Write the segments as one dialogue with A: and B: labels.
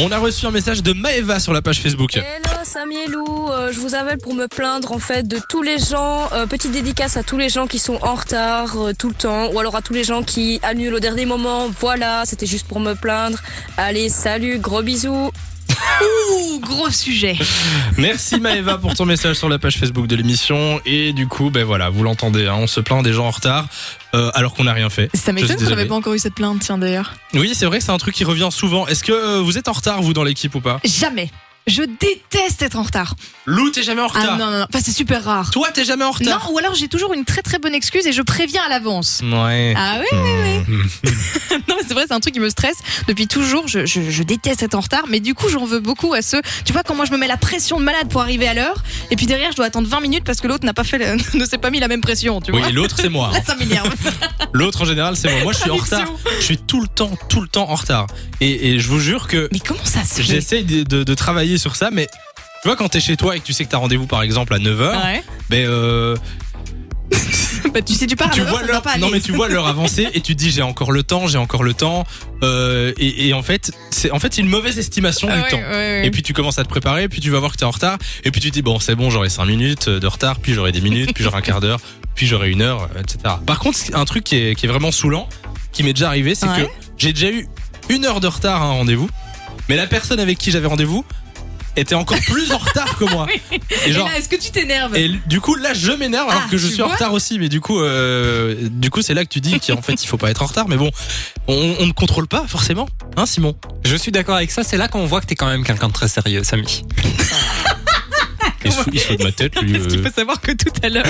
A: On a reçu un message de Maeva sur la page Facebook.
B: Hello Samielou, euh, je vous appelle pour me plaindre en fait de tous les gens, euh, petite dédicace à tous les gens qui sont en retard euh, tout le temps ou alors à tous les gens qui annulent au dernier moment. Voilà, c'était juste pour me plaindre. Allez, salut, gros bisous.
C: Ouh, gros sujet.
A: Merci Maeva pour ton message sur la page Facebook de l'émission. Et du coup, ben voilà, vous l'entendez, hein, on se plaint des gens en retard euh, alors qu'on n'a rien fait.
C: Ça
A: Je suis
C: m'étonne qu'on
A: désolé.
C: n'avait pas encore eu cette plainte, tiens d'ailleurs.
A: Oui, c'est vrai que c'est un truc qui revient souvent. Est-ce que euh, vous êtes en retard, vous, dans l'équipe ou pas
C: Jamais. Je déteste être en retard.
A: Lou, t'es jamais en
C: Ah
A: retard.
C: non, non, non. Enfin, c'est super rare.
A: Toi, t'es jamais en
C: Non,
A: retard.
C: ou alors j'ai toujours une très très bonne excuse et je préviens à l'avance.
A: Mmh. Ouais.
C: Ah ouais
A: Mmh.
C: Non, mais c'est vrai, c'est un truc qui me stresse. Depuis toujours, je, je- je déteste être en retard, mais du coup, j'en veux beaucoup à ceux. Tu vois, quand moi je me mets la pression de malade pour arriver à l'heure, et puis derrière, je dois attendre 20 minutes parce que l'autre n'a pas fait, le- ne s'est pas mis la même pression, tu
A: Oui,
C: vois.
A: et l'autre, c'est moi. hein.
C: Là, ça m'énerve.
A: L'autre, en général, c'est moi. Moi, je suis en retard. Je suis tout le temps, tout le temps en retard. Et, et je vous jure que
C: Mais comment ça se fait
A: j'essaie de, de- de travailler sur ça, mais tu vois, quand t'es chez toi et que tu sais que t'as rendez-vous, par exemple, à 9h,
C: Ouais.
A: ben. euh,
C: Bah, tu sais, tu parles
A: tu
C: à l'heure,
A: vois
C: ça va
A: l'heure
C: pas
A: non
C: aller.
A: mais tu vois l'heure avancer et tu te dis j'ai encore le temps j'ai encore le temps Euh, et, et en fait c'est en fait c'est une mauvaise estimation
C: Ah
A: du
C: ouais,
A: temps
C: ouais, ouais.
A: et puis tu commences à te préparer puis tu vas voir que t'es en retard et puis tu te dis bon c'est bon j'aurai 5 minutes de retard puis j'aurai 10 minutes puis j'aurai un quart d'heure puis j'aurai une heure euh, etc par contre c'est un truc qui est, qui est vraiment saoulant qui m'est déjà arrivé c'est
C: Ouais.
A: que j'ai déjà eu une heure de retard à un rendez-vous mais la personne avec qui j'avais rendez-vous était encore plus en retard que moi et genre
C: Et là, est-ce que tu t'énerves
A: et l- du coup, là, je m'énerve alors
C: Ah,
A: que je
C: tu
A: suis en
C: vois
A: retard aussi. Mais du coup, euh, du coup, c'est là que tu dis qu'en fait, il faut pas être en retard. Mais bon, on, on ne contrôle pas forcément, hein, Simon.
D: Je suis d'accord avec ça, c'est là qu'on voit que t'es quand même quelqu'un de très sérieux, Samy.
A: Il se, il se fout de ma tête, lui. euh.
C: Parce qu'il faut savoir que tout à l'heure,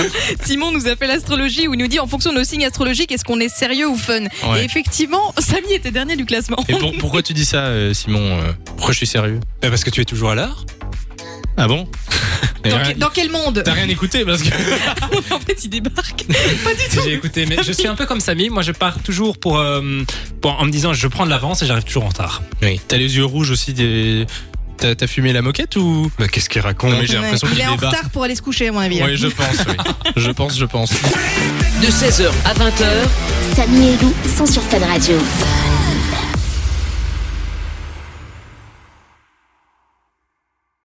C: Simon nous a fait l'astrologie où il nous dit en fonction de nos signes astrologiques, est-ce qu'on est sérieux ou fun
A: euh, ouais.
C: Et effectivement, Samy était dernier du classement.
A: Et pour- pourquoi tu dis ça, euh, Simon euh, Pourquoi je suis sérieux
D: Euh, parce que tu es toujours à l'heure.
A: Ah bon Mais
C: Dans,
A: rien-
C: que- dans quel monde
A: T'as rien écouté parce que
C: En fait, il débarque. Pas du tout.
D: J'ai écouté, mais je suis un peu comme Samy. Moi, je pars toujours pour, euh, pour- en me disant, je prends de l'avance et j'arrive toujours en retard.
A: oui. t'as les yeux rouges aussi. Des... T'as t'as fumé la moquette ou
D: Mais qu'est-ce qu'il raconte
A: Non mais j'ai l'impression
C: il
A: qu'il
C: est en
A: débat.
C: retard pour aller se coucher, à mon avis. hein. là.
A: Oui, je pense. oui. je pense, je pense.
E: de 16h à 20h.
F: Samy et Lou sont sur Fan Radio.